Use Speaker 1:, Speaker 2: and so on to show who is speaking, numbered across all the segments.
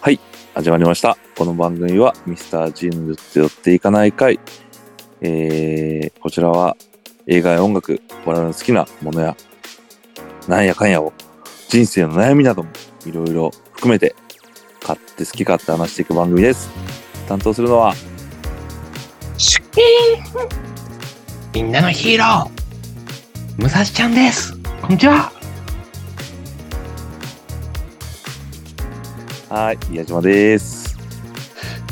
Speaker 1: はい、始まりました。この番組はミスタージーンズって寄っていかない会。えー、こちらは映画や音楽、我々の好きなものや、なんやかんやを、人生の悩みなどもいろいろ含めて、買って好き勝手話していく番組です。担当するのは、
Speaker 2: シュキーンみんなのヒーロー武蔵ちゃんですこんにちは
Speaker 1: はい、宮島です。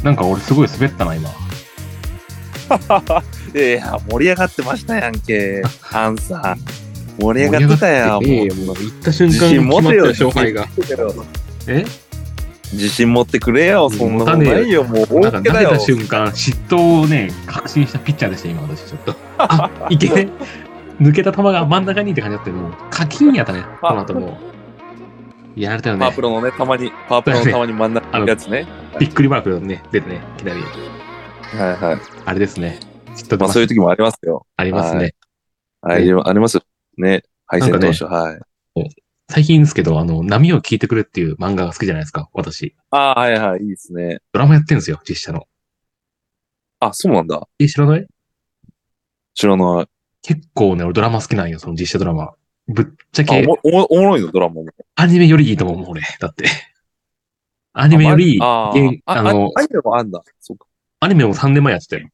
Speaker 2: なんか俺すごい滑ったな今
Speaker 1: いや、盛り上がってましたやん け、ハンさん。盛り
Speaker 3: 盛り
Speaker 1: 上が
Speaker 3: 上
Speaker 1: ってた
Speaker 3: が
Speaker 1: や
Speaker 3: っ
Speaker 1: ん。
Speaker 3: てねえよもう行った瞬
Speaker 1: 自
Speaker 3: 間に
Speaker 1: 信
Speaker 3: 決ま
Speaker 1: 持
Speaker 3: った
Speaker 1: て
Speaker 3: よ
Speaker 1: よ、
Speaker 3: 勝敗が。
Speaker 2: え
Speaker 1: 自信持ってくれよ、そんなことないよ、もう
Speaker 3: なんか
Speaker 1: 大け
Speaker 3: 投
Speaker 1: だ
Speaker 3: げ
Speaker 1: よ
Speaker 3: た。瞬間、
Speaker 2: 嫉妬をね確信したピッチャーでした今私ちょっとあいけね抜けた球が真ん中にって感じだったけど課金やったねこの後もうやられたよ
Speaker 1: パ
Speaker 2: ね
Speaker 1: ープロのね、たまに、パープロのたまに真ん中のやつね。
Speaker 2: びっくりマークね出てね左
Speaker 1: はいはい。
Speaker 2: あれですね嫉妬出
Speaker 1: まあ
Speaker 2: ま
Speaker 1: そういう時もありますよ。
Speaker 2: あります
Speaker 1: は
Speaker 2: ね
Speaker 1: ありありますよね。敗戦投手、はい。
Speaker 2: 最近ですけどあの波を聞いてくれっていう漫画が好きじゃないですか私
Speaker 1: ああ、はいはい、いいですね。
Speaker 2: ドラマやってるんですよ実写の
Speaker 1: あ、そうなんだ。
Speaker 2: え知らない
Speaker 1: 知らない。
Speaker 2: 結構ね、俺ドラマ好きなんよ、その実写ドラマ。ぶっちゃ
Speaker 1: あ、お
Speaker 2: け、
Speaker 1: もおもおもろいの、ドラマも。
Speaker 2: アニメよりいいと思う、俺。だって。アニメより、
Speaker 1: あ
Speaker 2: げん
Speaker 1: ああ
Speaker 2: あの
Speaker 1: あアニメもあんだ。そうか。
Speaker 2: アニメも3年前やってたよ。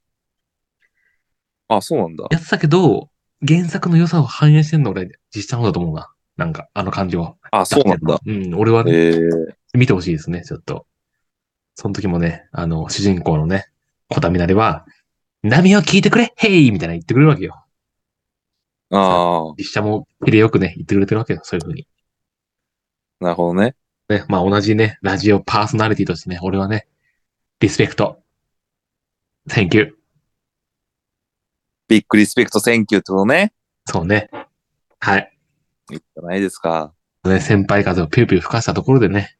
Speaker 1: あ、そうなんだ。
Speaker 2: やってたけど、原作の良さを反映してんの俺、実写の方だと思うな。なんか、あの感じは。
Speaker 1: あ、そうなんだ。。
Speaker 2: うん、俺はね、
Speaker 1: ええー。
Speaker 2: 見てほしいですね、ちょっと。その時もね、あの、主人公のね、小田みなりは、波を聞いてくれヘイみたいな言ってくれるわけよ。
Speaker 1: ああ、
Speaker 2: 実写も、キレよくね、言ってくれてるわけよ、そういう風に。
Speaker 1: なるほどね。
Speaker 2: ね、まあ同じね、ラジオパーソナリティとしてね、俺はね、リスペクト。Thank you.
Speaker 1: ビッグリスペクトセンキューってことね。
Speaker 2: そうね。はい。
Speaker 1: いいじゃないですか。
Speaker 2: ね、先輩風をピューピュー吹かしたところでね。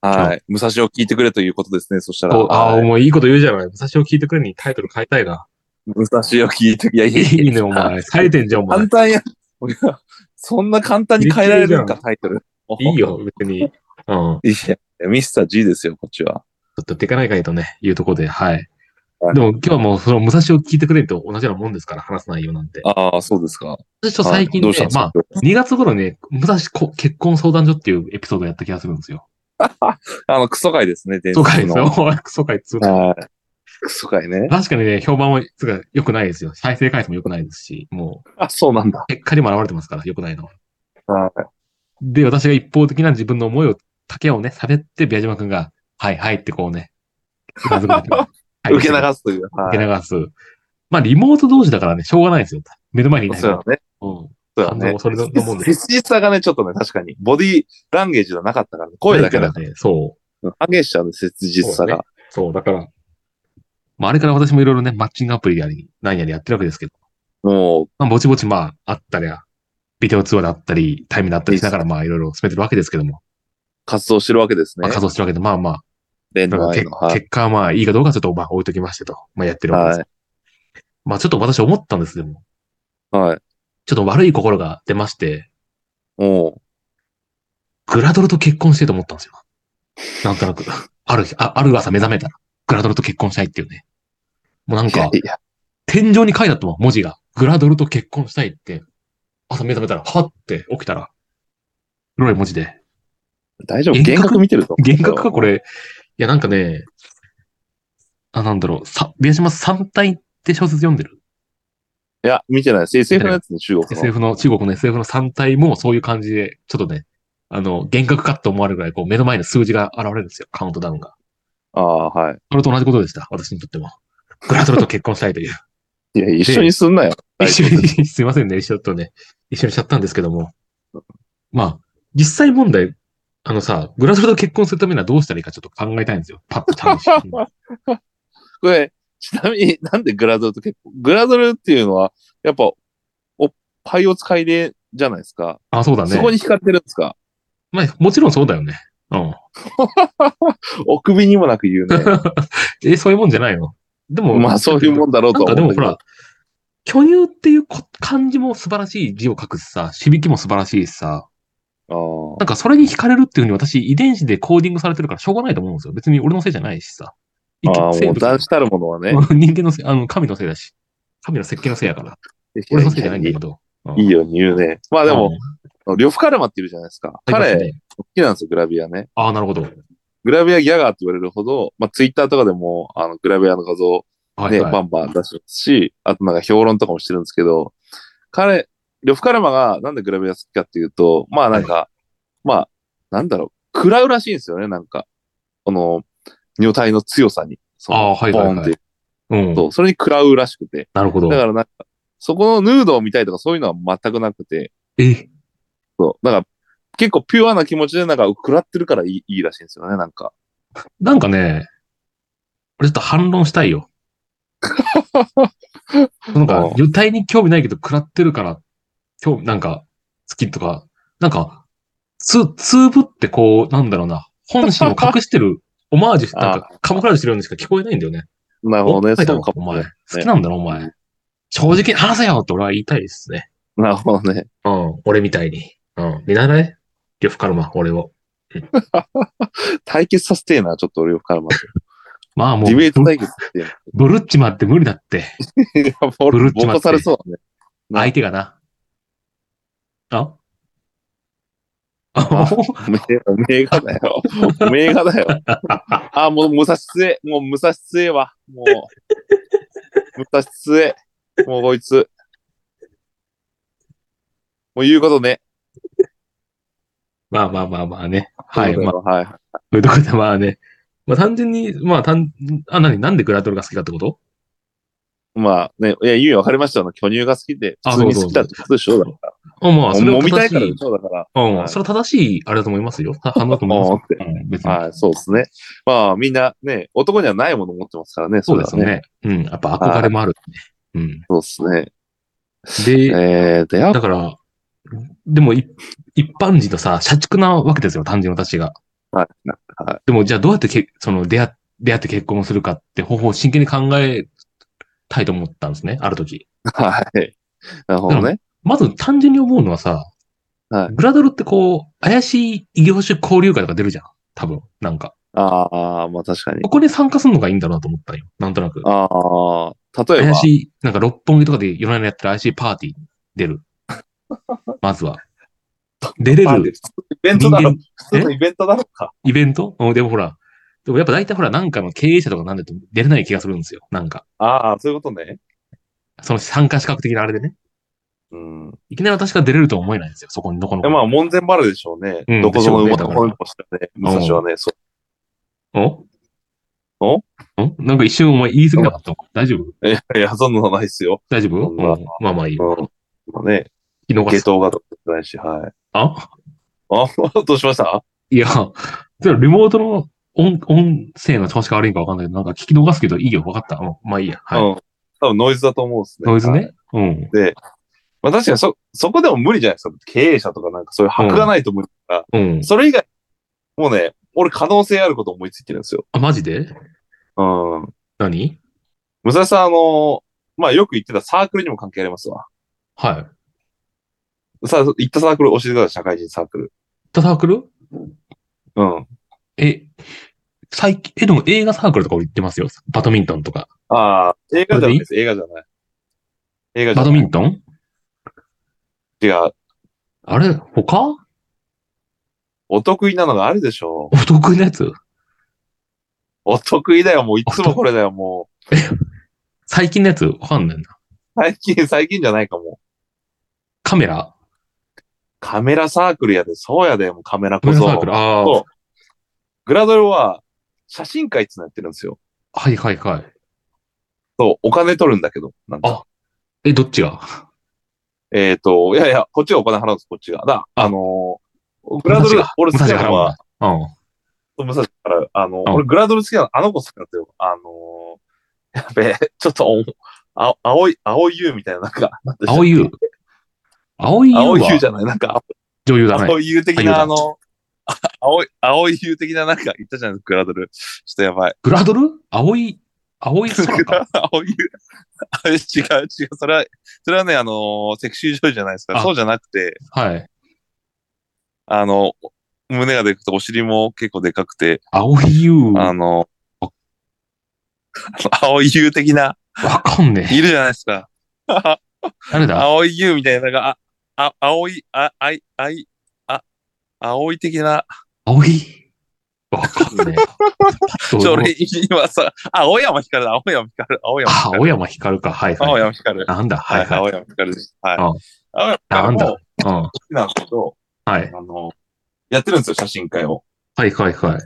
Speaker 1: はい。武蔵を聞いてくれということですね。そしたら。
Speaker 2: こうああ、
Speaker 1: はい
Speaker 2: もういいこと言うじゃない。武蔵を聞いてくれにタイトル変えたいな。
Speaker 1: 武蔵を聞いて、いやい
Speaker 2: い
Speaker 1: や
Speaker 2: い
Speaker 1: い
Speaker 2: ね、
Speaker 1: や。
Speaker 2: お前。変えてんじゃん、お前
Speaker 1: 簡。単や。いやそんな簡単に変えられるん
Speaker 2: 言ってる
Speaker 1: か、タイトル。
Speaker 2: いいよ、別に。うん。ちょ
Speaker 1: いや。ミスター G ですよ、こっちは。
Speaker 2: っと出かないかいとね、いうところで、はい。
Speaker 1: はい
Speaker 2: でも今日はもう、その武蔵を聞いてくれと同じようなもんですから、話す内容なんて。
Speaker 1: ああ、そうですか。
Speaker 2: 私ちょっと最近ね、
Speaker 1: はいどうしたんですか
Speaker 2: まあ、2月頃ね、武蔵こ結婚相談所っていうエピソードをやった気がするんですよ。
Speaker 1: あの、クソ回ですね、伝
Speaker 2: クソ回
Speaker 1: 説
Speaker 2: ですよ
Speaker 1: の。。
Speaker 2: ク ソ回通
Speaker 1: はい。クソ回ね。
Speaker 2: 確かにね、評判はつうか良くないですよ。再生回数も良くないですし、もう、
Speaker 1: あ、そうなんだ。
Speaker 2: 結果にも現れてますから、良くないのは。
Speaker 1: は
Speaker 2: で、私が一方的な自分の思いを、竹をね、喋って、ビアジマくんが、はいはいってこうね、うなずくだ けではい
Speaker 1: 受け流すという。は
Speaker 2: 受け
Speaker 1: い。
Speaker 2: 流す。まあ、リモート同士だからね、しょうがないですよ。目の前にいないか
Speaker 1: そう
Speaker 2: ら。
Speaker 1: だね。
Speaker 2: うん。
Speaker 1: そうだ
Speaker 2: あ
Speaker 1: ね
Speaker 2: の。それのもんで
Speaker 1: 切実さがね、ちょっとね、確かに。ボディランゲージじゃなかったからね。声だけだ
Speaker 2: からね。そう。
Speaker 1: ハゲしちゃうね、切実さが。
Speaker 2: そう、だから。まあ、あれから私もいろいろね、マッチングアプリやり、何やりやってるわけですけど。
Speaker 1: も
Speaker 2: まあ、ぼちぼち、まあ、あったりゃ、ビデオ通話だったり、タイムだったりしながら、まあ、いろいろ進めてるわけですけども、
Speaker 1: う、活動してるわけです
Speaker 2: ま
Speaker 1: ね
Speaker 2: あ、。活動してるわけで、まあまあ、
Speaker 1: 連
Speaker 2: だ
Speaker 1: の
Speaker 2: から
Speaker 1: 愛
Speaker 2: け
Speaker 1: の。はい。
Speaker 2: 結果はまあ、いいかどうかはちょっと、まあ、置いときましてと、まあ、やってるわけです。
Speaker 1: はい。
Speaker 2: まあ、ちょっと私思ったんですけども、
Speaker 1: はい。
Speaker 2: ちょっと悪い心が出まして、
Speaker 1: おう
Speaker 2: グラドルと結婚してと思ったんですよ。なんとなく。 ある日、あ、ある朝目覚めたら、グラドルと結婚したいっていうね。もうなん
Speaker 1: いや
Speaker 2: か
Speaker 1: い、や、
Speaker 2: 天井に書いてあったもん、文字が。グラドルと結婚したいって、朝目覚めたら、はって起きたら、黒い文字で、
Speaker 1: 大丈夫。
Speaker 2: 幻
Speaker 1: 幻
Speaker 2: 覚
Speaker 1: 覚見てると思う。
Speaker 2: 幻覚か、これ。いや、なんかね、あ、なんだろう、さ、宮島三体って小説読んでる
Speaker 1: いや、見てないです。SF のやつの中国の。
Speaker 2: ?SF の、中国の SF の三体もそういう感じで、ちょっとね、あの、幻覚かと思われるぐらい、こう、目の前の数字が現れるんですよ、カウントダウンが。
Speaker 1: ああ、はい。
Speaker 2: それと同じことでした、私にとっても。グラトルと結婚したいという。
Speaker 1: いや、一緒にすんなよ。大
Speaker 2: 一
Speaker 1: 丈
Speaker 2: 緒
Speaker 1: 夫です
Speaker 2: に、すいませんね、一緒とね、一緒にしちゃったんですけども。まあ、実際問題、あのさ、グラトルと結婚するためにはどうしたらいいかちょっと考えたいんですよ。パッとちゃんとして。
Speaker 1: これ、ちなみに なんでグラドルと結構、グラドルっていうのは、やっぱ、おっぱいを使いでじゃないですか。
Speaker 2: あ、そうだね。
Speaker 1: そこに惹かれてるんですか。
Speaker 2: まあ、もちろんそうだよね。うん。
Speaker 1: お首にもなく言うね。
Speaker 2: え、そういうもんじゃないのでも、
Speaker 1: まあ、そういうも
Speaker 2: ん
Speaker 1: んだろう
Speaker 2: な
Speaker 1: と
Speaker 2: ん
Speaker 1: は
Speaker 2: かで
Speaker 1: 思う
Speaker 2: も
Speaker 1: ん
Speaker 2: ほ
Speaker 1: だ
Speaker 2: ら、巨乳っていうこ漢字も素晴らしい字を書くしさ、響きも素晴らしいしさ、
Speaker 1: あー
Speaker 2: なんかそれに惹かれるっていうふうに私遺伝子でコーディングされてるからしょうがないと思うんですよ。別に俺のせいじゃないしさ。
Speaker 1: あー、もう断
Speaker 2: 断
Speaker 1: 子たるものはね。
Speaker 2: 人間のせい、あの、神のせいだし。神の設計のせいやから。俺のせいじゃないんだけど。
Speaker 1: いいように言うね。まあ
Speaker 2: うん。
Speaker 1: でも、呂布カルマっているじゃないですか。
Speaker 2: うん、あります
Speaker 1: 彼、
Speaker 2: ね
Speaker 1: 好きなんですよ、グラビアね。
Speaker 2: あー、なるほど。
Speaker 1: グラビアギャガーって言われるほど、まあツイッターとかでも、あの、グラビアの画像
Speaker 2: はい、
Speaker 1: ね、
Speaker 2: はい。
Speaker 1: バンバン出してますし、あとなんか評論とかもしてるんですけど、彼、呂布カルマがなんでグラビア好きかっていうと、まあなんか、まあ、なんだろう、食らうらしいんですよね、なんか。この、女体の強さに。その
Speaker 2: ああはいはいはい
Speaker 1: ボーンって
Speaker 2: うん。
Speaker 1: そうそれに食らうらしくて。
Speaker 2: なるほ
Speaker 1: だ
Speaker 2: ど。
Speaker 1: からなんか、そこのヌードを見たいとかそういうのは全くなくて、
Speaker 2: え、
Speaker 1: そう。だから、結構ピュアな気持ちでなんか、食らってるからいいいいらしいんですよね、なんか。
Speaker 2: なんかね、俺ちょっと反論したい よ。なん
Speaker 1: あ
Speaker 2: か
Speaker 1: あ、
Speaker 2: 女体に興味ないけど、食らってるから、興味、なんか、好きとか、なんか、つ、つぶってこう、なんだろうな、本心を隠して る、オマージュして、なんか、カモフラージュしてるようにしか聞こえないんだよね。
Speaker 1: なるほど
Speaker 2: お
Speaker 1: ね、
Speaker 2: っぱいだろ
Speaker 1: か
Speaker 2: お前、好きなんだろ、お前。正直に話せよって俺は言いたいですね。
Speaker 1: なるほどね。
Speaker 2: うん、俺みたいに。うん、見習え。リョフカルマ、俺を。
Speaker 1: 対決させてえな、ちょっと俺を絡まって。
Speaker 2: まあもう、
Speaker 1: ディベート
Speaker 2: ブ
Speaker 1: 対決ってえな。
Speaker 2: ブルッチマって無理だって。
Speaker 1: い や、ボ
Speaker 2: ブル
Speaker 1: ル、
Speaker 2: ッチ
Speaker 1: ボ
Speaker 2: マ
Speaker 1: コされそうだ ね。な
Speaker 2: 相手がな。あ
Speaker 1: あおめえ、おめえがだよ。おめえがだよ。あ、もう、武蔵強え。もう、武蔵強えわ。もう、武蔵強え。もう、こいつ。もう、言うことね。
Speaker 2: まあまあまあまあね。はい。ま
Speaker 1: ま
Speaker 2: あ、そ
Speaker 1: あ、はい。
Speaker 2: ういうところでまあね。まあ単純に、まあ単、あ、なに、なんでグラドルが好きかってこと
Speaker 1: まあ、ね、いや、意味分かりましたよ。巨乳が好きで、
Speaker 2: あ
Speaker 1: 普通に好きだってことでしょだから。
Speaker 2: あまあ、それは
Speaker 1: 揉みた
Speaker 2: 正
Speaker 1: い
Speaker 2: し
Speaker 1: から
Speaker 2: い。
Speaker 1: でしょだから。
Speaker 2: うん、
Speaker 1: はい
Speaker 2: それは正しい、あれだと思いますよ。は反応だと思います
Speaker 1: も
Speaker 2: よ
Speaker 1: う、って。
Speaker 2: うん、別に。
Speaker 1: はい、そうですね。まあ、みんなね、男にはないもの持ってますからね。
Speaker 2: そう
Speaker 1: れ
Speaker 2: で
Speaker 1: は
Speaker 2: すね。うん、やっぱ憧れもある、ね。
Speaker 1: そうですね。
Speaker 2: うん。で、
Speaker 1: えー、で、やっ
Speaker 2: だから、でもい、一般人とさ、社畜なわけですよ、単純に私が。
Speaker 1: ぱ、なんかはい
Speaker 2: でも、じゃあどうやってけ、その、出会、出会って結婚するかって方法を真剣に考えたいと思ったんですね、ある時。
Speaker 1: はい。なるほどね。
Speaker 2: まず単純に思うのはさ、
Speaker 1: はい
Speaker 2: グラドルってこう、怪しい異業種交流会とか出るじゃん。多分、なんか。
Speaker 1: ああ、まあ確かに。
Speaker 2: ここで参加するのがいいんだろうなと思ったんよ。なんとなく。
Speaker 1: ああ、例え
Speaker 2: 怪
Speaker 1: ば、
Speaker 2: しい、なんか六本木とかで夜な夜なやってる怪しいパーティーに出 る。まずは。出れ
Speaker 1: まあ普
Speaker 2: る
Speaker 1: 通のイベント
Speaker 2: 人
Speaker 1: だろ
Speaker 2: 間
Speaker 1: う。普通のイベントだろうか。
Speaker 2: イベントうんでもほら、でもやっぱ大体ほら、なんかの経営者とかなんだと出れない気がするんですよ。なんか。
Speaker 1: ああ、そういうことね。
Speaker 2: その参加資格的なあれでね。
Speaker 1: うん。
Speaker 2: いきなり私が出れるとは思えないんですよ、そこに、どこの
Speaker 1: えまあ、門前払いでしょうね。
Speaker 2: うん
Speaker 1: どこぞの
Speaker 2: で
Speaker 1: 馬
Speaker 2: し
Speaker 1: と
Speaker 2: ょうね
Speaker 1: このしたね。武蔵はね、そう。
Speaker 2: お
Speaker 1: お
Speaker 2: んなんか一瞬お前言い過ぎなかった。大丈夫
Speaker 1: いやいや、そんなのないっすよ。
Speaker 2: 大丈夫、
Speaker 1: そんな
Speaker 2: うんまあまあいいよ。
Speaker 1: うん。まあね、
Speaker 2: 見逃
Speaker 1: 系
Speaker 2: す。
Speaker 1: 統がとかないし、はい。
Speaker 2: あ
Speaker 1: あ、 どうしました
Speaker 2: いや、それリモートの音、音声の調子が悪いんかわかんないけど、なんか聞き逃すけどいいよ、わかった。うんまあいいや。はい。
Speaker 1: うん。多分ノイズだと思うんですね。
Speaker 2: ノイズ
Speaker 1: はい
Speaker 2: ね。。うん。
Speaker 1: で、まあ確かにそ、そこでも無理じゃないですか。経営者とかなんかそういう箔がないと無理だから、
Speaker 2: うん。
Speaker 1: それ以外、もうね、俺可能性あること思いついてるんですよ。
Speaker 2: あ、マジで
Speaker 1: うん。
Speaker 2: 何
Speaker 1: 武蔵さん、あの、まあよく言ってたサークルにも関係ありますわ。
Speaker 2: はい。
Speaker 1: さ、行ったサークル教えてください、社会人サークル。
Speaker 2: たサークル
Speaker 1: うん。
Speaker 2: え、最近、え、でも映画サークルとか俺行ってますよ。バドミントンとか。
Speaker 1: ああ、映画じゃないです。映画じゃない。映画じ
Speaker 2: バ
Speaker 1: ゃ
Speaker 2: ド
Speaker 1: な
Speaker 2: ミ
Speaker 1: い。
Speaker 2: ントン
Speaker 1: 違う。
Speaker 2: あれ他
Speaker 1: お得意なのがあるでしょう。
Speaker 2: お得意なやつ
Speaker 1: お得意だよ、もういつもこれだよ、もう。
Speaker 2: 最近のやつわかんないな。
Speaker 1: 最近、最近じゃないかも。
Speaker 2: カメラ
Speaker 1: カメラサークルやで、そうやで、もうカメラこ
Speaker 2: カメラ
Speaker 1: そ。
Speaker 2: サークル。ああ。
Speaker 1: そうグラドルは、写真会ってのやってるんですよ。
Speaker 2: はいはいはい。
Speaker 1: そう、お金取るんだけど。なんか
Speaker 2: あえ、どっちが
Speaker 1: えっ、と、いやいや、こっちがお金払うんです、こっちが。だ、
Speaker 2: あ
Speaker 1: あのーグラドル、俺好きなのは、
Speaker 2: うんだ。
Speaker 1: そう武蔵から、あの、
Speaker 2: ん
Speaker 1: 俺グラドル好きなの、あの子好きなんですよ。あのーやべえ、ちょっとお、あ、青い、青い優みたいな、なんか、なんでしたっけ
Speaker 2: 青い優。青い優
Speaker 1: 青い優じ
Speaker 2: は
Speaker 1: ゃない、なんか、
Speaker 2: 女優だね。
Speaker 1: 青い優的
Speaker 2: あ
Speaker 1: な、あ
Speaker 2: 優だ
Speaker 1: の、あ青い、青い優的な、なんか、言ったじゃないですか、グラドル。ちょっとやばい。
Speaker 2: グラドル青い、青い 空か。
Speaker 1: 青い、あれ違う違う。それは、それはね、あのーセクシー女優じゃないですか。
Speaker 2: あ
Speaker 1: そうじゃなくて、
Speaker 2: はい。
Speaker 1: あの、胸がでかくて、お尻も結構でかくて、
Speaker 2: 青い優。
Speaker 1: あ
Speaker 2: わ
Speaker 1: の、あの青い優的な、
Speaker 2: かんねえ。
Speaker 1: いるじゃないです か。
Speaker 2: 誰だ
Speaker 1: 青い優みたいな、なんか、あ、あ、青い、あ、あい、あい、あ、青い的な、
Speaker 2: 青い。わかんねえ。パッ
Speaker 1: ち
Speaker 2: と
Speaker 1: ょ、俺、今さ、あ、青山光だ、青山光、青山
Speaker 2: あ、
Speaker 1: 光。
Speaker 2: 青山光か。はい、
Speaker 1: 青
Speaker 2: はい。
Speaker 1: 山光。
Speaker 2: なんだ、は、
Speaker 1: はいい、
Speaker 2: はい。
Speaker 1: 青山光です。はい。
Speaker 2: うん
Speaker 1: 青山
Speaker 2: な
Speaker 1: 光
Speaker 2: ん
Speaker 1: も
Speaker 2: だ
Speaker 1: 好
Speaker 2: うん。は
Speaker 1: きなんですけど、
Speaker 2: い。
Speaker 1: あの、やってるんですよ、写真会を。
Speaker 2: はい、はい、はい。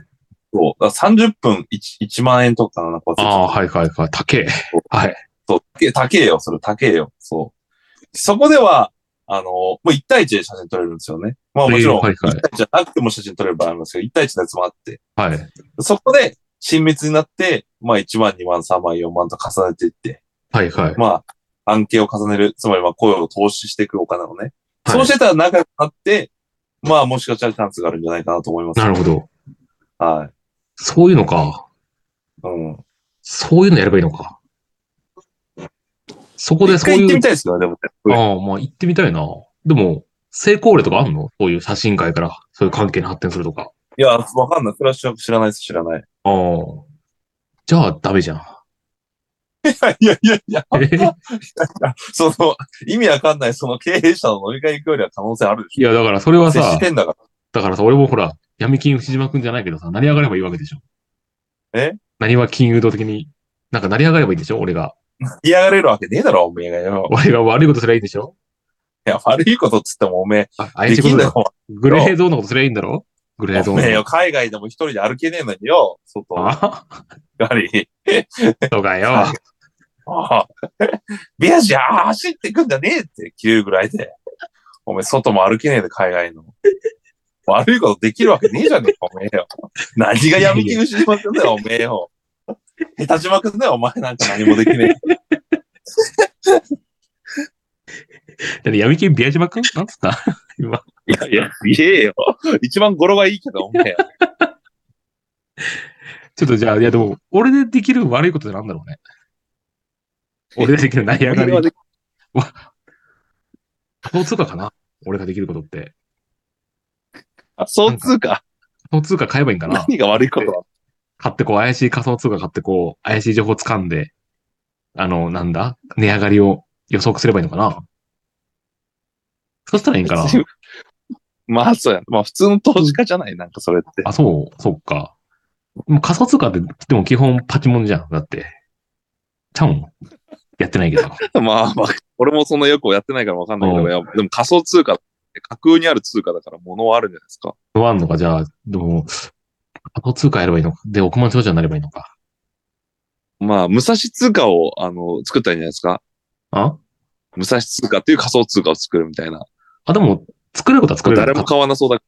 Speaker 1: そう。だから30分 1, 1万円とかな、なんか忘れちゃ
Speaker 2: あ
Speaker 1: っ
Speaker 2: あ、はい、はい、はい。高え。はい。
Speaker 1: たそう。高え高えよ、それ、高えよ。そう。そこでは、あの、もう1対1で写真撮れるんですよね。まあもちろん、
Speaker 2: えーはいはい
Speaker 1: 1対1じゃなくても写真撮れる場合ありますけど、1対1のやつもあって。
Speaker 2: はい。
Speaker 1: そこで、親密になって、まあ1万、2万、3万、4万と重ねていって、
Speaker 2: はい、はい。
Speaker 1: まあ、案件を重ねる、つまりまあ声を投資していくお金をね。
Speaker 2: はい
Speaker 1: そうしてたら仲良くなって、まあもしかしたらチャンスがあるんじゃないかなと思います。
Speaker 2: なるほど。
Speaker 1: はい。
Speaker 2: そういうのか。
Speaker 1: うん。こ
Speaker 2: そういうのやればいいのか。そこで
Speaker 1: 一
Speaker 2: そう
Speaker 1: 回行ってみ
Speaker 2: いう。
Speaker 1: たいですよね、でもね。
Speaker 2: ああ、まあ行ってみたいな。でも、成功例とかあんのそういう写真会から、そういう関係に発展するとか。
Speaker 1: いや、わかんない。それは知らないです、知らない。
Speaker 2: ああ。じゃあ、ダメじゃん。
Speaker 1: いやいやいや、
Speaker 2: え
Speaker 1: その、意味わかんない、その経営者の飲み会行くよりは可能性あるでし
Speaker 2: いや、だからそれ
Speaker 1: ょ。
Speaker 2: は
Speaker 1: 接
Speaker 2: さ
Speaker 1: し、てんだか
Speaker 2: だからさ、俺もほら、闇金藤島くんじゃないけどさ、成り上がればいいわけでしょ。
Speaker 1: え
Speaker 2: 何は金融道的に、なんか成り上がればいいんでしょ俺が。
Speaker 1: ら。嫌がれるわけねえだろ、おめえがよ。
Speaker 2: 俺が悪いことすりゃいいんでしょ
Speaker 1: いや、悪いことっつってもおめ
Speaker 2: あ、
Speaker 1: え、
Speaker 2: 怪
Speaker 1: で
Speaker 2: しい
Speaker 1: き
Speaker 2: こと
Speaker 1: んだ
Speaker 2: だよ。
Speaker 1: よ。
Speaker 2: グレーゾーンのことすりゃいいんだろグレーゾ
Speaker 1: お
Speaker 2: ーンの
Speaker 1: めえよ、海外でも一人で歩けねえのによ、外 を。や
Speaker 2: あ
Speaker 1: はり。
Speaker 2: とかよ。
Speaker 1: はああ ビアジャー走ってくんじゃねえって切れるぐらいで。おめえ、外も歩けねえで、海外の。悪いことできるわけねえじゃねえか、おめえよ。何が闇金牛島くんだよ、おめえよ。下手島くんだよ、お前なんか何もできねえ。
Speaker 2: 何闇金ビア島くんなんつった
Speaker 1: いやいや、言えよ。一番語呂がいいけど、お前。
Speaker 2: ちょっとじゃあ、いやでも、俺でできる悪いことってなんだろうね。俺でできる成り上がり。仮想通貨かな俺ができることって。
Speaker 1: あそうつうか。
Speaker 2: 仮想通貨買えばいいんかな
Speaker 1: 何が悪いことだ
Speaker 2: 買ってこう、怪しい仮想通貨買ってこう、怪しい情報掴んで、あの、なんだ値上がりを予測すればいいのかなそしたらいいんかな
Speaker 1: まあ、そうや。まあ、普通の投資家じゃない、なんかそれって。
Speaker 2: あ、そう、そっか。もう仮想通貨って、でも基本パチモンじゃん。だって。ちゃうんやってないけど。
Speaker 1: まあ、まあ、俺もそんなよくやってないからわかんないけ
Speaker 2: う
Speaker 1: ど、
Speaker 2: ん
Speaker 1: いやでも仮想通貨って架空にある通貨だから物はあるんじゃないですか。
Speaker 2: のあんのか、じゃあ、でも、仮想通貨やればいいのか。で、億万長者になればいいのか。
Speaker 1: まあ、武蔵通貨を、あの、作ったらいいんじゃないですか。
Speaker 2: あ
Speaker 1: 武蔵通貨っていう仮想通貨を作るみたいな。
Speaker 2: あ、でも、作れることは作れる
Speaker 1: 誰も買わなそうだけ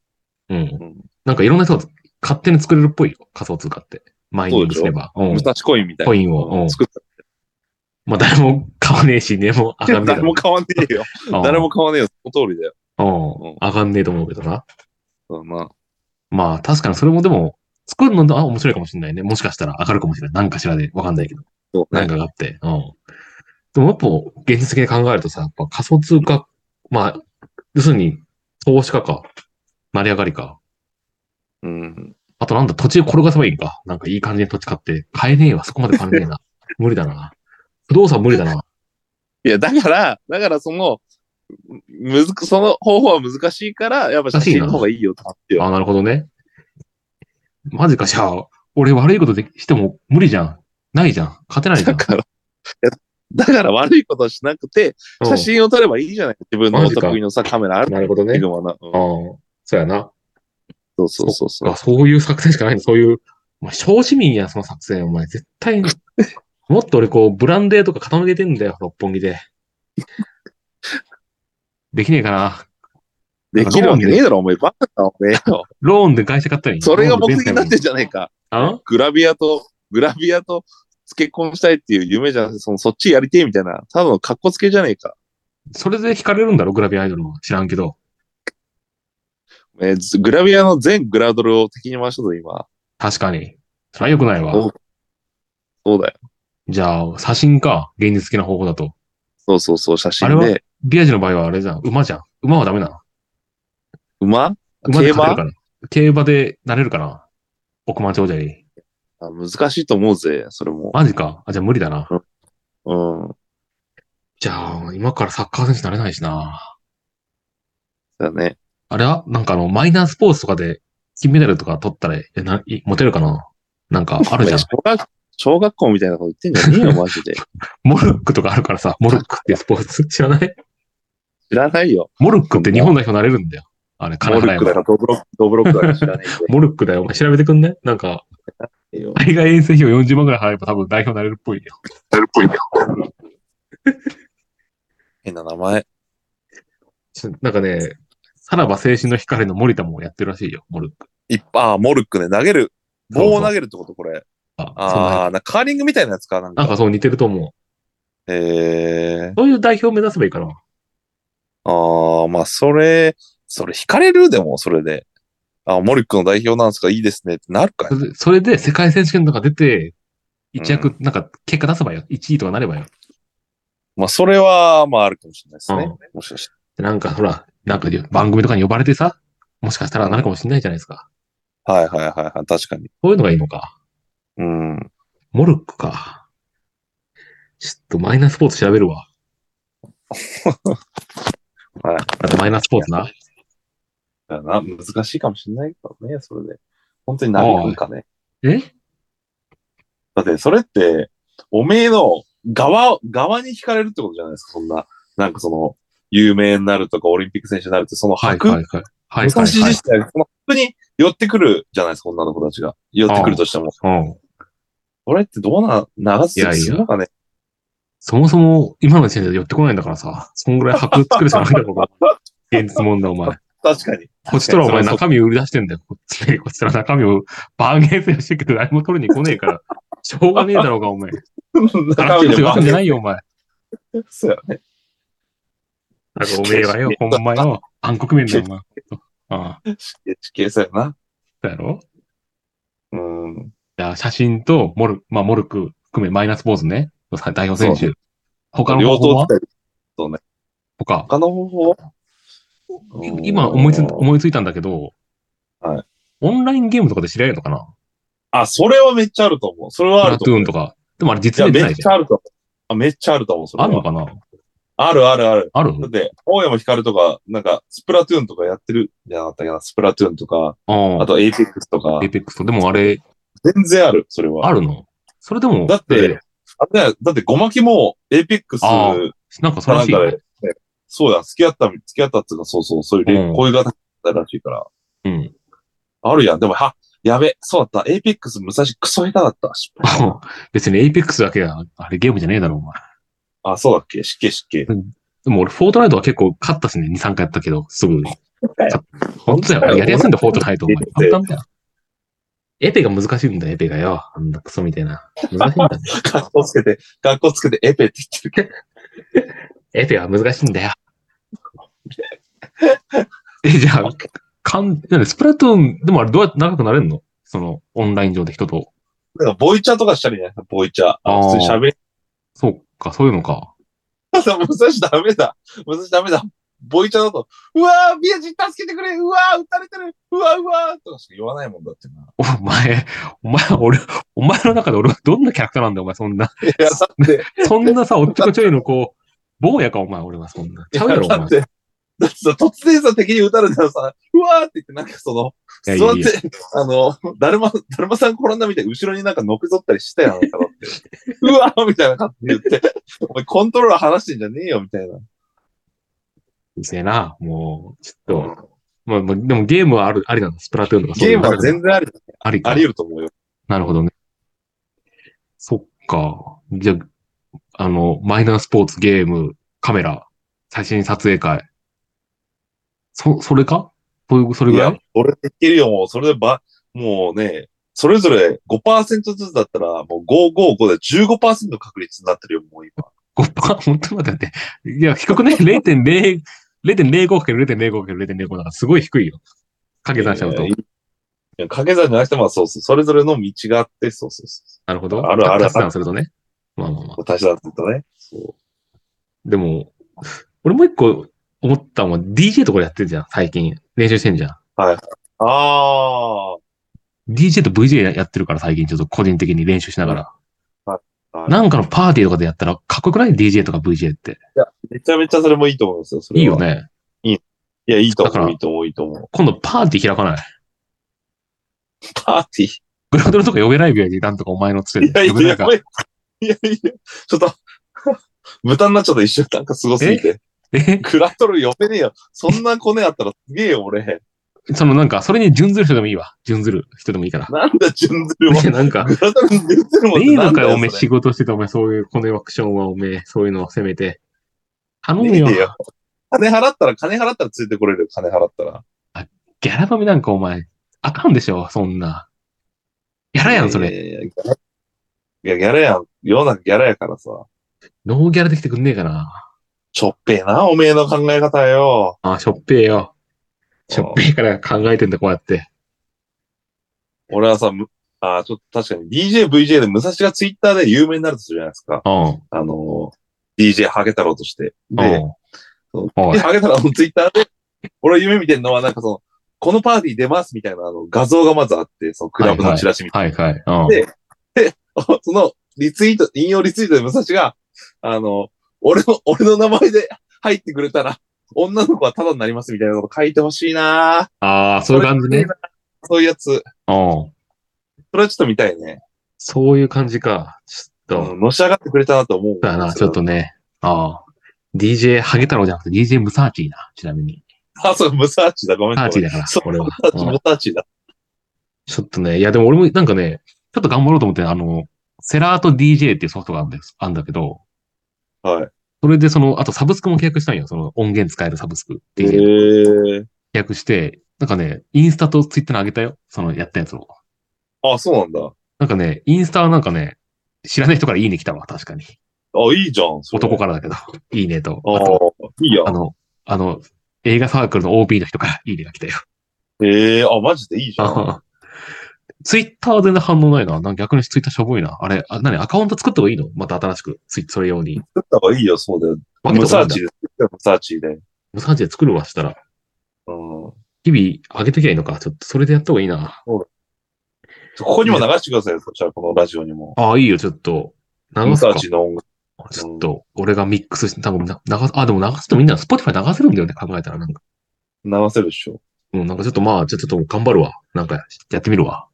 Speaker 2: うん。
Speaker 1: ど、
Speaker 2: なんかいろんな人が勝手に作れるっぽいよ。仮想通貨って。マイニングすれば。う
Speaker 1: うんん、武。蔵コインみたいな。
Speaker 2: コインをうん
Speaker 1: 作った
Speaker 2: まあ、誰も買わねえし、値も上が
Speaker 1: ら。
Speaker 2: んねえ
Speaker 1: 誰
Speaker 2: だろ
Speaker 1: も買わねえよ。
Speaker 2: うん
Speaker 1: 誰も買わねえよ。その通りだよ。
Speaker 2: うん。上がんねえと思うけどな。
Speaker 1: うんまあ、
Speaker 2: まあ、確かにそれもでも、作るのあ面白いかもしれないね。もしかしたら上がるかもしれない。なんかしらで。わかんないけど。
Speaker 1: そう
Speaker 2: な
Speaker 1: ね
Speaker 2: ん。かがあって。うん。でもやっぱ、現実的に考えるとさ、やっぱ仮想通貨、まあ、要するに、投資家か、成り上がりか。
Speaker 1: うん。
Speaker 2: あとなんだ、土地を転がせばいいんか。なんかいい感じに土地買って、買えねえわ、そこまで買えねえな。 無理だな。不動産無理だな。
Speaker 1: いや、だから、だからその、むずく、その方法は難しいから、やっぱ写真の方がいいよってなってよ。
Speaker 2: あ、なるほどね。マジか、じゃあ、俺悪いことでしても無理じゃん。ないじゃん。勝てないじ
Speaker 1: だ
Speaker 2: ゃ ん。
Speaker 1: から、いやだから悪いことはしなくて、写真を撮ればいいじゃない自分の
Speaker 2: マ
Speaker 1: お
Speaker 2: ジか
Speaker 1: 得意のさ、カメラあ
Speaker 2: う
Speaker 1: る
Speaker 2: んなるほど
Speaker 1: け
Speaker 2: ね。
Speaker 1: どもな。うん
Speaker 2: ああ、そうやな。
Speaker 1: そうそうそうそう
Speaker 2: あ。そういう作戦しかないの、そういう。まあ、小市民や、その作戦。お前、絶対に。 もっと俺、こう、ブランデーとか傾けてんだよ、六本木で。できねえかな。
Speaker 1: できるわけねえだろ、お前。バカだ、お前よ。
Speaker 2: ローンで会社買ったり。
Speaker 1: それが目的になってんじゃねえか。
Speaker 2: あ
Speaker 1: グラビアと、グラビアと、結婚したいっていう夢じゃなくて、その、そっちやりてえみたいな、ただの格好つけじゃねえか。
Speaker 2: それで惹かれるんだろ、グラビアアイドルも。知らんけど。
Speaker 1: えーずグラビアの全グラドルを敵に回したぞ、今。
Speaker 2: 確かに。それは良くないわ。
Speaker 1: おそうだよ。
Speaker 2: じゃあ、写真か。現実的な方法だと。
Speaker 1: そうそうそう、写
Speaker 2: あれ
Speaker 1: 真
Speaker 2: は
Speaker 1: で。
Speaker 2: ビアジの場合はあれじゃん。馬じゃん。馬はダメなの。
Speaker 1: 馬
Speaker 2: 馬
Speaker 1: 競
Speaker 2: で勝てる
Speaker 1: 馬
Speaker 2: かな。競馬でなれるかな。億万長者に。
Speaker 1: あ難しいと思うぜ、それも。
Speaker 2: マジか。あ、じゃあ無理だな。
Speaker 1: うん。
Speaker 2: じゃあ、今からサッカー選手になれないしな。
Speaker 1: だね。
Speaker 2: あれはなんかあの、マイナースポーツとかで金メダルとか取ったら、えな、いモテるかななんかある じゃん
Speaker 1: 小。学小学校みたいなこと言ってんじゃねえよ、 マジで。
Speaker 2: モルックとかあるからさ、モルックっていうスポーツ 知らない
Speaker 1: 知らないよ。
Speaker 2: モルックって日本代表なれるんだよ。あれ、
Speaker 1: モ
Speaker 2: 金
Speaker 1: ル
Speaker 2: 払
Speaker 1: ッ
Speaker 2: え
Speaker 1: クだから
Speaker 2: ば。
Speaker 1: ドブロック、ドブロックだから知らないん
Speaker 2: モルックだよ。お前調べてくんねなんか、
Speaker 1: でよ。
Speaker 2: 海外遠征費を40万くらい払えば多分代表になれるっぽいよ。
Speaker 1: なるっぽいよ。 変な名前。
Speaker 2: ちょなんかね、さらば青春の光の森田もやってるらしいよ、モルック。
Speaker 1: いっぱい、あー、モルックね、投げる。
Speaker 2: そうそう
Speaker 1: 棒を投げるってことこれ。
Speaker 2: あそんな
Speaker 1: ああ、なカーリングみたいなやつか。なん
Speaker 2: なん
Speaker 1: か。
Speaker 2: かそう似てると思
Speaker 1: ええー
Speaker 2: う。。そういう代表を目指せばいいかな。
Speaker 1: ああ、まあ、それ、それ惹かれるでも、それで。あーモルックの代表なんですか、いいですねってなるか
Speaker 2: そ
Speaker 1: い
Speaker 2: れでそれで世界選手権とか出て、一
Speaker 1: う
Speaker 2: 躍、なんか結果出せばよ。1位とかなればよ。
Speaker 1: まあ、それは、まあ、あるかもしれないですね。
Speaker 2: うん
Speaker 1: もしかして。
Speaker 2: でなんかほら、なんか番組とかに呼ばれてさ、もしかしたらなるかもしれないじゃないですか。
Speaker 1: はいはいはいはい、確かに。
Speaker 2: そういうのがいいのか。
Speaker 1: うん。
Speaker 2: モルックか。ちょっとマイナースポーツ調べるわ。
Speaker 1: はい
Speaker 2: あとマイナースポーツな。
Speaker 1: だな、難しいかもしれないけどね、それで。本当に投げるんかね。
Speaker 2: え
Speaker 1: だって、それって、おめえの側、側に惹かれるってことじゃないですか、そんな。なんかその、有名になるとか、オリンピック選手になるって、その
Speaker 2: はい
Speaker 1: 白、
Speaker 2: はいはい。はいはい
Speaker 1: 昔
Speaker 2: はい
Speaker 1: 自体、その白に寄ってくるじゃないですか、女の子たちが。寄ってくるとしても。
Speaker 2: うん。
Speaker 1: それってどうな、流すとするのかね。
Speaker 2: そもそも今の時点で寄ってこないんだからさ、そんぐらい白作るしかないんだ ろうが。現実問題お前。
Speaker 1: 確 かに。
Speaker 2: こっちとらお前
Speaker 1: それは
Speaker 2: 中身売り出してんだよ。こっちねこっちとら中身をバーゲンセールしてるけど誰も取りに来ねえから。 しょうがねえだろうが、お前。
Speaker 1: 中身で
Speaker 2: 言
Speaker 1: バ
Speaker 2: わ
Speaker 1: ー
Speaker 2: ん
Speaker 1: ゲ
Speaker 2: で
Speaker 1: ン
Speaker 2: ないよ、お前。
Speaker 1: そうやね。
Speaker 2: なんかおめえはよ、 ほんまよ。暗黒面だよ、お前。ああ、
Speaker 1: 地形そうやな。
Speaker 2: だろ
Speaker 1: うん。
Speaker 2: じゃあ、写真と、モル、まあ、モルク含めマイナスポーズね。代表選
Speaker 1: そ
Speaker 2: 手。他の方
Speaker 1: 両
Speaker 2: 法
Speaker 1: 党
Speaker 2: は
Speaker 1: 使い
Speaker 2: 他。
Speaker 1: 他の方法うん
Speaker 2: 今思いつ、思いついたんだけど、
Speaker 1: はい
Speaker 2: オンラインゲームとかで知り合えるのかな
Speaker 1: あ、それはめっちゃあると思う。それ
Speaker 2: プ
Speaker 1: はあ
Speaker 2: ラ
Speaker 1: ると
Speaker 2: ト
Speaker 1: 思
Speaker 2: ゥ
Speaker 1: う
Speaker 2: ーン。とか。でもあれ
Speaker 1: い
Speaker 2: 実
Speaker 1: や、
Speaker 2: 名じゃ
Speaker 1: め
Speaker 2: ない
Speaker 1: っ
Speaker 2: じ
Speaker 1: ち
Speaker 2: ゃん
Speaker 1: ゃあると思う。あ、めっちゃあると思う、それ
Speaker 2: あ
Speaker 1: は
Speaker 2: るのかな
Speaker 1: あるあるある。
Speaker 2: ある
Speaker 1: だって、大山光とか、なんか、スプラトゥーンとかやってるじゃなかったっけな。スプラトゥーンとか、
Speaker 2: あ
Speaker 1: あとエイペックスとか
Speaker 2: あ。エ、イペックスと。でもあれ、
Speaker 1: 全然ある、それは。
Speaker 2: あるのそれでも、
Speaker 1: だって、あれだよだって、ゴマキも、エイペックス
Speaker 2: あー
Speaker 1: か
Speaker 2: なんかそれ
Speaker 1: な
Speaker 2: ら
Speaker 1: ん
Speaker 2: しい
Speaker 1: か
Speaker 2: よ
Speaker 1: で
Speaker 2: ね。、
Speaker 1: そうや、付き合った、付き合ったっていうか、そうそう、そういう恋、
Speaker 2: うん
Speaker 1: 恋がだったらしいから。
Speaker 2: うん。
Speaker 1: あるやん。でも、は、やべ、そうだった。エイペックス、武蔵、クソ下手だった。失敗
Speaker 2: 別にエイペックスだけが、あれゲームじゃねえだろ、お前。
Speaker 1: あ、そうだっけ失敬失敬。
Speaker 2: でも俺、フォートナイトは結構勝ったしね、2、3回やったけど、すぐ。本当だ
Speaker 1: 本当だ
Speaker 2: よ。
Speaker 1: よ
Speaker 2: やりやすいんだよ、フォートナ イト。お前
Speaker 1: エペ
Speaker 2: 簡単だよ。エペが難しいんだよ、エペがよ。あんなクソみたいな。難しいんだよ。
Speaker 1: 格好つけて、格好つけて、エペって言ってるけど。
Speaker 2: エペは難しいんだよ。 え、じゃあ、かん、なんでスプラトゥーン、でもあれどうやって長くなれるのその、オンライン上で人と。
Speaker 1: なんか、ボイチャとかしたりね、ボイチャ。あの
Speaker 2: あー
Speaker 1: 普通に喋り。
Speaker 2: そうか、そういうのか。
Speaker 1: 武蔵ダメだ。武蔵ダメだ。ボイチャだと、うわー、宮治助けてくれうわー、撃たれてるうわーうわーとかしか言わないもんだってな。
Speaker 2: お前、お前、俺、お前の中で俺はどんなキャラクターなんだよ、お前、そんな。
Speaker 1: いや、だって、
Speaker 2: そんなさ、おっちょこちょいのこう、坊やか、お前、俺はそんな。ちゃうやろ、お
Speaker 1: だ
Speaker 2: 前
Speaker 1: っ。て、だってさ、突然さ、敵に撃たれたらさ、うわーって言って、なんかその、
Speaker 2: いや
Speaker 1: 座
Speaker 2: いや
Speaker 1: っ
Speaker 2: い
Speaker 1: て、
Speaker 2: や
Speaker 1: あの、だるま、だるまさん転んだみたいに後ろになんかのけぞったりした やんか、だって。うわーみたいな感じで言って、お前コントローラー離してんじゃねえよ、みたいな。
Speaker 2: うるせえな、もう、ちょっと。まあ、まあでもゲームはある、ありなの、スプラトゥーンとかそうい
Speaker 1: ゲ
Speaker 2: う
Speaker 1: ームは全然あり、
Speaker 2: ありか
Speaker 1: あり得ると思うよ。
Speaker 2: なるほどね。そっか。じゃあ、あの、マイナースポーツ、ゲーム、カメラ、写真撮影会。そ、それかそういう、それ
Speaker 1: い
Speaker 2: ぐら
Speaker 1: や
Speaker 2: い、
Speaker 1: 俺できるよ、もう、それでば、もうね、それぞれ5%ずつだったら、もう555で15%確率になってるよ、もう今。
Speaker 2: ?5%? 本当に待って待って。いや、低くね ?0.0、0.05×0.05×0.05 だからすごい低いよ。掛け算しちゃうと
Speaker 1: い。やいや掛け算じゃなくて、まあそうそう、それぞれの道があって、そうそうそ
Speaker 2: なるほど。
Speaker 1: あるある
Speaker 2: 足し算するとね。まあまあまあ。
Speaker 1: 私だって言うとね。そ
Speaker 2: でも、俺もう一個思ったのは DJ とかやってるじゃん、最近。練習してんじゃん。
Speaker 1: う。あ
Speaker 2: DJ と VJ やってるから最近ちょっと個人的に練習しながら。
Speaker 1: あ。
Speaker 2: なんかのパーティーとかでやったらかっこよくない ?DJ とか VJ って。
Speaker 1: めちゃめちゃそれもいいと思うんですよ。それはい
Speaker 2: いよ。ね。
Speaker 1: いや、いいと
Speaker 2: だか
Speaker 1: 思
Speaker 2: ら
Speaker 1: う、いいと思う、いいと思う。
Speaker 2: 今度パーティー開かない。
Speaker 1: パーティー。
Speaker 2: グラドルとか呼べないぐらいでなんとかお前のつて
Speaker 1: いや
Speaker 2: で
Speaker 1: い
Speaker 2: 呼べな
Speaker 1: や、や
Speaker 2: いか
Speaker 1: ば。い。いやいや、ちょっと、 豚になっちゃった一瞬、なんかすごすぎて。
Speaker 2: え
Speaker 1: グラトル呼べねえよ。そんなコネあったらすげえよ、俺。
Speaker 2: そのなんか、それに準ずる人でもいいわ。準ずる人でもいい から。
Speaker 1: なんだ、順ず るもん。
Speaker 2: ねなんか、
Speaker 1: グラトルに順ずるもんっ
Speaker 2: ね
Speaker 1: て
Speaker 2: え
Speaker 1: な
Speaker 2: の
Speaker 1: んだ
Speaker 2: か
Speaker 1: よ
Speaker 2: よ、おめえ
Speaker 1: それ
Speaker 2: 仕事してて、おめえそういう、このアクションはおめえ、そういうのをせめて。頼む
Speaker 1: ね
Speaker 2: よ
Speaker 1: え。よ。金払ったら、金払ったらついてこれるよ、金払ったら。
Speaker 2: ギャラ飲みなんかお前、あかんでしょ、そんな。やらやん、それ。
Speaker 1: いやいやいや。ギャラいや、ギャラやん。世の中ギャラやからさ。
Speaker 2: ノーギャラできてくんねえかな。
Speaker 1: ちょっぺえな、おめえの考え方よ。
Speaker 2: あ、しょっぺえよ。しょっぺえから考えてんだ、こうやって。
Speaker 1: 俺はさ、むあーちょっと確かに DJ、VJ で武蔵がツイッターで有名になるとするじゃないですか。
Speaker 2: うん。
Speaker 1: あのー、DJ ハゲ太郎として。
Speaker 2: う
Speaker 1: で、
Speaker 2: ん。
Speaker 1: そう
Speaker 2: お
Speaker 1: で
Speaker 2: い。
Speaker 1: ハゲ太郎のツイッターで、俺夢見てるのはなんかその、このパーティー出ますみたいなあの画像がまずあって、そのクラブのチラシみたい
Speaker 2: はいはい。うん。
Speaker 1: でな。 そのリツイート、引用リツイートで武蔵が、あの、俺の、俺の名前で入ってくれたら、女の子はタダになりますみたいなこと書いてほしいな
Speaker 2: ああ、そういう感じね。。
Speaker 1: そういうやつ。
Speaker 2: うん。
Speaker 1: それはちょっと見たいね。
Speaker 2: そういう感じか。ちょっと、
Speaker 1: うん、のし上がってくれたなと思う。
Speaker 2: だな、ちょっと。ね。ああ。DJ ハゲ太郎じゃなくて DJ ムサーチーな、ちなみに。
Speaker 1: あ、そう、ムサーチだ。ごめ
Speaker 2: ム
Speaker 1: ん
Speaker 2: サーチーだから
Speaker 1: そう、、
Speaker 2: 俺は
Speaker 1: ム。サーチ、
Speaker 2: うん
Speaker 1: ムサーチだ。
Speaker 2: ちょっとね、いやでも俺もなんかね、ちょっと頑張ろうと思って、あの、セラート DJ っていうソフトがあるんです、あるんだけど、
Speaker 1: はい。
Speaker 2: それでその、あとサブスクも契約したんよ。その音源使えるサブスク。
Speaker 1: え
Speaker 2: DJ 契
Speaker 1: ー。
Speaker 2: 約して、なんかね、インスタとツイッターに上げたよ。そのやったやつを。
Speaker 1: あ、そうなんだ。あ、
Speaker 2: なんかね、インスタはなんかね、知らない人からいいね来たわ、確かに。
Speaker 1: いいじゃん。それ
Speaker 2: 男からだけど、いいねと。
Speaker 1: あ
Speaker 2: あと、
Speaker 1: あ、いいや
Speaker 2: あ。の、あの、映画サークルの OB の人からいいねが来たよ。
Speaker 1: ええー、あ、マジでいいじゃん。
Speaker 2: ツイッターは全然反応ないな。なんか逆にツイッターしょぼいな。あれ、あ何アカウント作った方がいいのまた新しく。ツイそれ用に。
Speaker 1: 作った方がいいよ、そうだよ。
Speaker 2: 分け
Speaker 1: ム
Speaker 2: た方が
Speaker 1: サ
Speaker 2: いい
Speaker 1: ーチ。
Speaker 2: んだ
Speaker 1: で、ムサーチで。
Speaker 2: 無産地で作るわ、したら。
Speaker 1: うん。
Speaker 2: 日々上げときゃいいのか。ちょっとそれでやった方がいいな。
Speaker 1: ここにも流してくださいよ、そしたら、このラジオにも。
Speaker 2: ああ、いいよ、ちょっと。流
Speaker 1: ム
Speaker 2: す
Speaker 1: サ
Speaker 2: か
Speaker 1: ー。チの音楽。
Speaker 2: ちょっと、俺がミックスして、多分な流す、あ、でも流すとみんな Spotify 流せるんだよね、考えたら。なんか、
Speaker 1: 流せるでしょ。
Speaker 2: うん、なんかちょっとまあ、じゃあちょっと頑張るわ。なんか、やってみるわ。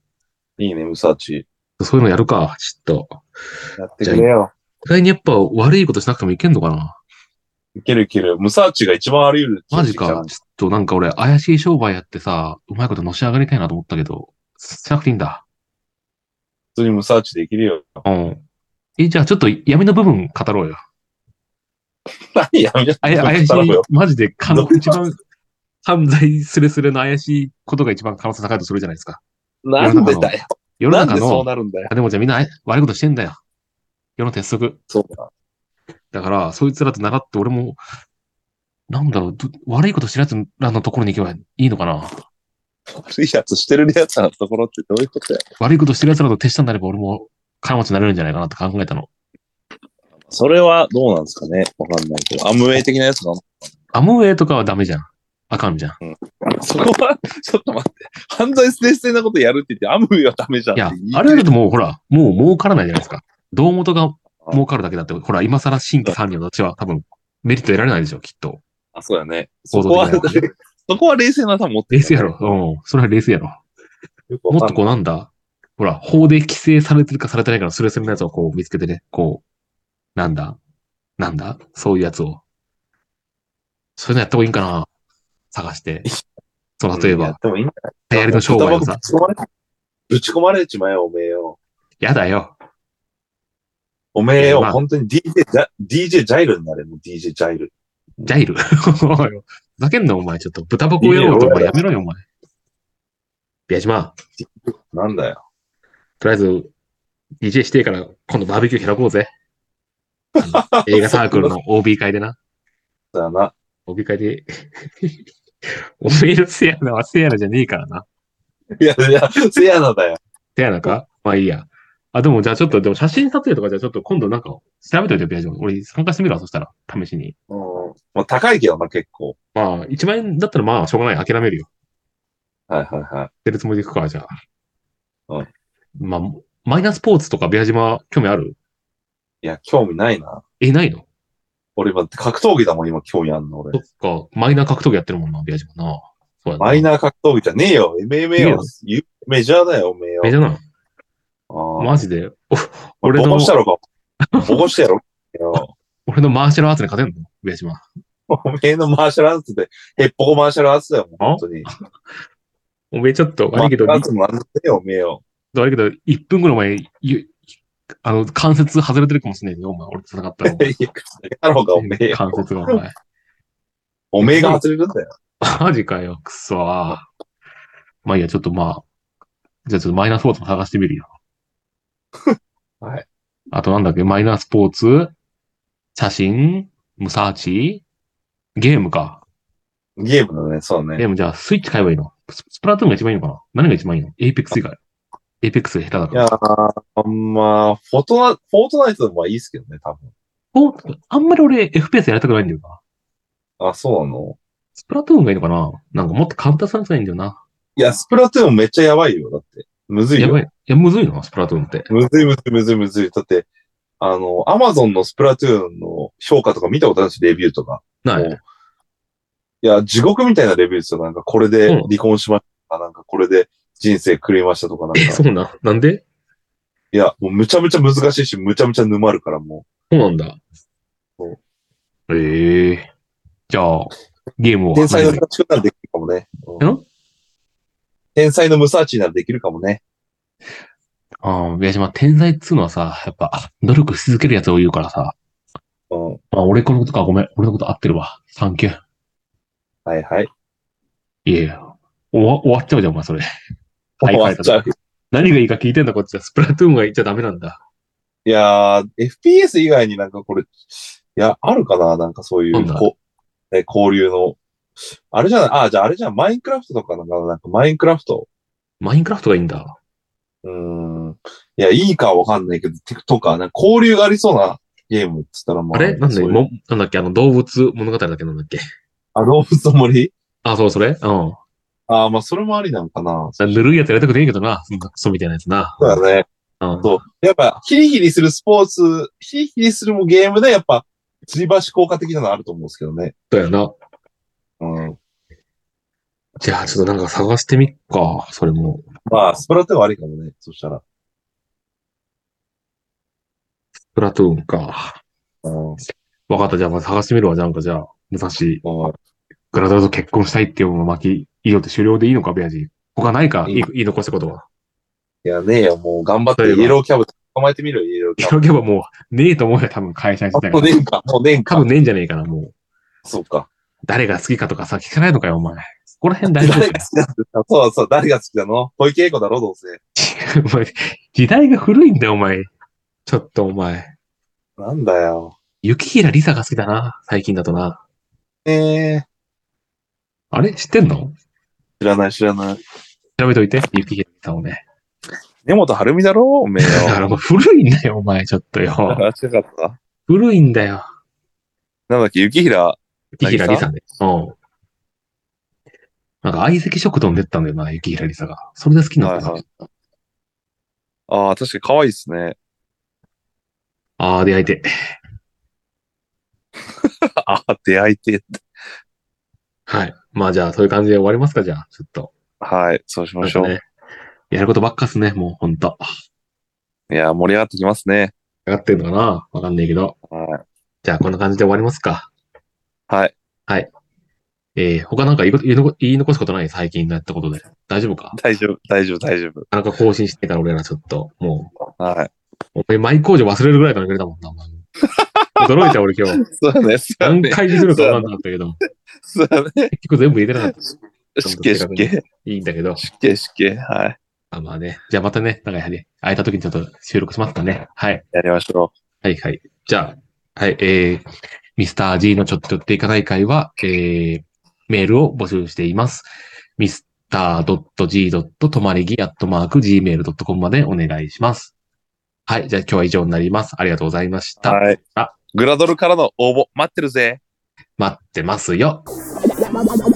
Speaker 1: いいね、ムサーチ。
Speaker 2: そういうのやるか、ちょっと。
Speaker 1: やってくれよ。
Speaker 2: 意外にやっぱ悪いことしなくてもいけんのかな。
Speaker 1: いけるいける。ムサーチが一番あり得る。
Speaker 2: マジか。ちょっとなんか俺、怪しい商売やってさ、うまいことのし上がりたいなと思ったけど、しなくていいんだ。
Speaker 1: 普通にムサーチできるよ。
Speaker 2: うん。え、じゃあちょっと闇の部分語ろうよ。
Speaker 1: 何やめちゃ
Speaker 2: あや、怪しい
Speaker 1: 頼むよ。、
Speaker 2: マジで、 か
Speaker 1: どういう
Speaker 2: 一番、犯罪すれすれの怪しいことが一番可能性高いとするじゃないですか。
Speaker 1: なんでだよ。
Speaker 2: 世の
Speaker 1: なんで
Speaker 2: 中
Speaker 1: そう
Speaker 2: の、
Speaker 1: なるんだよ。
Speaker 2: あでもじゃあみんなあい悪いことしてんだよ。世の鉄則。
Speaker 1: そうだ。
Speaker 2: だから、そいつらと習って俺も、なんだろう、ど悪いことしてる奴らのところに行けばいいのかな。
Speaker 1: 悪いやつしてるやつのところってどういうことや
Speaker 2: 悪いことしてる奴らと手下になれば俺も金持ちになれるんじゃないかなって考えたの。
Speaker 1: それはどうなんですかねわかんないけど。アムウェイ的なやつかな
Speaker 2: アムウェイとかはダメじゃん。あかんじゃん。
Speaker 1: そこは、ちょっと待って。犯罪捨て捨てなことやるって言って、アムウェイはダメじゃんっ
Speaker 2: い
Speaker 1: て
Speaker 2: や
Speaker 1: 言い、
Speaker 2: あれだともうほら、もう儲からないじゃないですか。胴元が儲かるだけだって、ほら、今更新規参入のうちは多分メリット得られないでしょ、きっと。
Speaker 1: あ、そうやね。そ
Speaker 2: 行
Speaker 1: こ
Speaker 2: 動
Speaker 1: は、
Speaker 2: 的な
Speaker 1: そこは冷静な頭持って
Speaker 2: 冷
Speaker 1: る
Speaker 2: 静やろ。うん。それは冷静やろ。
Speaker 1: よく
Speaker 2: も
Speaker 1: わ
Speaker 2: っ
Speaker 1: かんな
Speaker 2: と
Speaker 1: い
Speaker 2: こうなんだほら、法で規制されてるかされてないかのスレスレのやつをこう見つけてね、こう、なんだなんだそういうやつを。そういうのやった方がいいんかな探して。そうの、
Speaker 1: ん
Speaker 2: 例え
Speaker 1: や
Speaker 2: ば
Speaker 1: っ、てもいいんじゃない
Speaker 2: 流行りの商売を
Speaker 1: ぶ
Speaker 2: さ、
Speaker 1: ち込まれぶち込まれちまえよ、おめえよ。
Speaker 2: やだよ。
Speaker 1: おめえ
Speaker 2: いや
Speaker 1: よ、
Speaker 2: まあ
Speaker 1: 本当に DJ ジャ、DJ ジャイルになれ、もう DJ ジャイル。
Speaker 2: ジ ャイル。おいふざけんな、お前。ちょっと豚箱やろうと、お前やめろよ、お前。ビア島、
Speaker 1: なんだよ。
Speaker 2: とりあえず、DJ してから今度バーベキュー開こう ぜ。あの映画サークルの OB 会でな。
Speaker 1: だよな。
Speaker 2: OB 会で。おめえのせやなはせやなじゃねえからな。
Speaker 1: いやいや、せやなだよ。
Speaker 2: せやなかまあいいや。あ、でもじゃあちょっと、でも写真撮影とかじゃあちょっと今度なんか調べといてよ、ビアジョン。俺参加してみるわ、そしたら、試しに。
Speaker 1: うん。まあ高いけどな、結構。
Speaker 2: まあ、1万円だったらまあ、しょうがない。諦めるよ。
Speaker 1: はいはいはい。
Speaker 2: 出るつもりで行くか、じゃあ。
Speaker 1: うん。
Speaker 2: まあ、マイナースポーツとか、ビア島興味ある
Speaker 1: いや、興味ないな。
Speaker 2: え、ないの
Speaker 1: 俺今、格闘技だもん、今興味あんの、俺。
Speaker 2: そっか、マイナー格闘技やってるもんな、ビア島な。そうやな。
Speaker 1: マイナー格闘技じゃねえよ。
Speaker 2: いい
Speaker 1: MMA
Speaker 2: よ
Speaker 1: は有メジャーだよ、おめえよ。
Speaker 2: メジャーな
Speaker 1: あ
Speaker 2: の
Speaker 1: あ
Speaker 2: マジで。
Speaker 1: お
Speaker 2: 俺
Speaker 1: 前
Speaker 2: の
Speaker 1: ボコしたろか。ボコしてやろうよ。
Speaker 2: 俺のマーシャルアーツに勝てんのビア島。
Speaker 1: おめえのマーシャルアーツで、へっぽこマーシャルアーツだよ、もう本当に。
Speaker 2: おめえちょっと
Speaker 1: マ
Speaker 2: 悪い
Speaker 1: ーシ
Speaker 2: け
Speaker 1: ャ
Speaker 2: ど、
Speaker 1: ルアーツもなんだよ、おめえよ。
Speaker 2: 悪いけど、1分ぐらい前に、ゆあの、関節外れてるかもしれないよ、お前。俺と戦っ たら。お前
Speaker 1: いや、だ ろうが、おめえよ。
Speaker 2: 関節が、お前。
Speaker 1: おめえが外れるんだよ。
Speaker 2: マジかよ、くそー。まあいいや、ちょっとまあ、じゃあちょっとマイナースポーツも探してみる よ。
Speaker 1: はい。
Speaker 2: あとなんだっけ、マイナースポーツ、写真、ムサーチ、ゲームか。
Speaker 1: ゲームだね、そうだね。
Speaker 2: ゲームじゃあスイッチ買えばいいのススプラトゥーンが一番いいのかな何が一番いいのエイペックス以外。エイペックスが下手だ
Speaker 1: い
Speaker 2: から
Speaker 1: や。ー、まあ、フォトナ、フォートナイトでもまあいいですけどね、多分。
Speaker 2: おあんまり俺 FPS やりたくないんだよな。
Speaker 1: あ、そうなの
Speaker 2: スプラトゥーンがいいのかななんかもっと簡単されてないいんだよな。
Speaker 1: いや、スプラトゥーンめっちゃやばいよ、だって。むずい
Speaker 2: や
Speaker 1: よ
Speaker 2: ばい。。いや、むずいのスプラトゥーンって。
Speaker 1: むずいむずいむずいむずい。だって、あの、アマゾンのスプラトゥーンの評価とか見たことあるし、レビューとか。
Speaker 2: な
Speaker 1: も。
Speaker 2: いう
Speaker 1: いや、地獄みたいなレビューですよ。なんか、これで
Speaker 2: うん
Speaker 1: 離婚しましたとか、なんか、これで人生狂いましたとか、なんか。
Speaker 2: え、そうなんなんで
Speaker 1: いや、もうむちゃむちゃ難しいし、むちゃむちゃ沼るから、も
Speaker 2: そうなんだ
Speaker 1: そ。
Speaker 2: ええじゃあ、ゲーム
Speaker 1: う。
Speaker 2: を。
Speaker 1: 天才のムサーチならできるかもね。うん
Speaker 2: ん
Speaker 1: 天才のムサーチならできるかもね。
Speaker 2: ああ、宮島、天才っつうのはさ、やっぱ、努力し続けるやつを言うからさ。
Speaker 1: うん。
Speaker 2: あ、俺このことか、ごめん。俺のこと合ってるわ。サンキュー。
Speaker 1: はいはい。
Speaker 2: いやいや。終わ終わっちゃうじゃん、お前、それ。はい
Speaker 1: 終わっちゃう。
Speaker 2: 何がいいか聞いてんだ、こっちは。スプラトゥーンが言っちゃダメなんだ。
Speaker 1: いやー、FPS 以外になんかこれ、いや、あるかななんかそうい
Speaker 2: な
Speaker 1: う、
Speaker 2: んだ
Speaker 1: こえ交流の。あれじゃないあ、じゃああれじゃん。マインクラフトとかなんか、なんかマインクラフト。
Speaker 2: マインクラフトがいいんだ。
Speaker 1: うーん。いや、いいかはわかんないけど、とか、なんか交流がありそうなゲームって言ったらまあ。
Speaker 2: あれなん
Speaker 1: そ
Speaker 2: で
Speaker 1: ういう
Speaker 2: も、なんだっけあの、動物物語だっけなんだっけ
Speaker 1: あ、動物の森
Speaker 2: あ、そう、それうん。
Speaker 1: あーまあ、それもありなのかな。
Speaker 2: ぬるいやつやりたくねえけどな。なんかクソみたいなやつな。
Speaker 1: そうだね。
Speaker 2: うん。
Speaker 1: そう。やっぱ、ヒリヒリするスポーツ、ヒリヒリするもゲームで、やっぱ、吊り橋効果的なのあると思うんですけどね。
Speaker 2: だよな。
Speaker 1: うん。
Speaker 2: じゃあ、ちょっとなんか探してみっか。それも。
Speaker 1: まあ、スプラトゥーンはありかもね。そしたら。
Speaker 2: スプラトゥーンか。
Speaker 1: うん。
Speaker 2: わかった。じゃあ、まあ探してみるわ。なんかじゃあ、武蔵、
Speaker 1: うん
Speaker 2: グラドラと結婚したいっていうのを巻き、いいよって終了でいいのか、ベアジ。他ないか、
Speaker 1: いい
Speaker 2: 言い言い残したことは。
Speaker 1: いやねえよ、もう頑張って、
Speaker 2: 例えば
Speaker 1: イエローキャブ捕まえてみろよ、イエローキャ ブ。
Speaker 2: 広げばもう、ねえと思うよ、多分会社自
Speaker 1: あ
Speaker 2: 体
Speaker 1: もう
Speaker 2: が。
Speaker 1: 年間、もう年
Speaker 2: 多
Speaker 1: 間。
Speaker 2: 分ねえんじゃねえかな、もう。
Speaker 1: そうか。
Speaker 2: 誰が好きかとかさ、聞かないのかよ、お前。そこら辺大
Speaker 1: 誰が
Speaker 2: 丈
Speaker 1: 好
Speaker 2: 夫だ
Speaker 1: きなんですか そうそう、誰が好きなの小池栄子だろ、どうせ。
Speaker 2: よ。 お前時代が古いんだよ、お前。ちょっとお前。
Speaker 1: なんだよ。
Speaker 2: 雪平りさが好きだな、最近だとな。
Speaker 1: ええ
Speaker 2: あれ知ってんの
Speaker 1: 知らない、知らない。
Speaker 2: 調べといて、雪平りさをね。
Speaker 1: 根本晴美だろ、おめえ
Speaker 2: だから
Speaker 1: よ。
Speaker 2: もう古いんだよ、お前、ちょっ とよ。
Speaker 1: あ、違かった。
Speaker 2: 古いんだよ。
Speaker 1: なんだっけ、雪平。
Speaker 2: 雪平りさね。うん。なんか相席食堂に出てたんだよな、雪平りさが。それで好きになったな。
Speaker 1: はいああ、確かに可愛いですね。
Speaker 2: ああ、出会いて。
Speaker 1: ああ、出会いて。
Speaker 2: はい。まあじゃあ、そういう感じで終わりますか、じゃあ。ちょっと。
Speaker 1: はい、そうしましょう。
Speaker 2: ね。やることばっかっすね、もうほんと。
Speaker 1: いや、盛り上がってきますね。
Speaker 2: 上がってんのかなわかんないけど。
Speaker 1: は
Speaker 2: じゃあ、こんな感じで終わりますか。
Speaker 1: い。はい。
Speaker 2: えー、他なんか言い言い残言い残すことない最近のやったことで。大丈夫か
Speaker 1: 大丈夫、大丈夫、大丈夫。
Speaker 2: なかなか更新してから俺らちょっと、も
Speaker 1: はい。
Speaker 2: う、お前、マイ工場忘れるぐらいからくれたもんな、お前驚いた、俺今日。
Speaker 1: そうだね、そうだ
Speaker 2: 何
Speaker 1: ね。
Speaker 2: 回出てるか分かんなかったけど、
Speaker 1: そうだね。
Speaker 2: 結局全部言えてなかった。
Speaker 1: 失敬、失敬。
Speaker 2: いいんだけ ど。
Speaker 1: 失敬、失敬。はい。
Speaker 2: あまあね。じゃあまたね、なんかやはり、会えた時にちょっと収録しますかね。はい。
Speaker 1: やりましょ
Speaker 2: はいはい。じゃあ、はい、えー、ミスター G のちょっと寄っていかない会は、えー、メールを募集しています。ミスター .g. とまりぎ .gmail.com までお願いします。はい。じゃあ今日は以上になります。ありがとうございました。
Speaker 1: はい
Speaker 2: あ。
Speaker 1: グラドルからの応募待ってるぜ。
Speaker 2: 待ってますよ。
Speaker 3: Bye.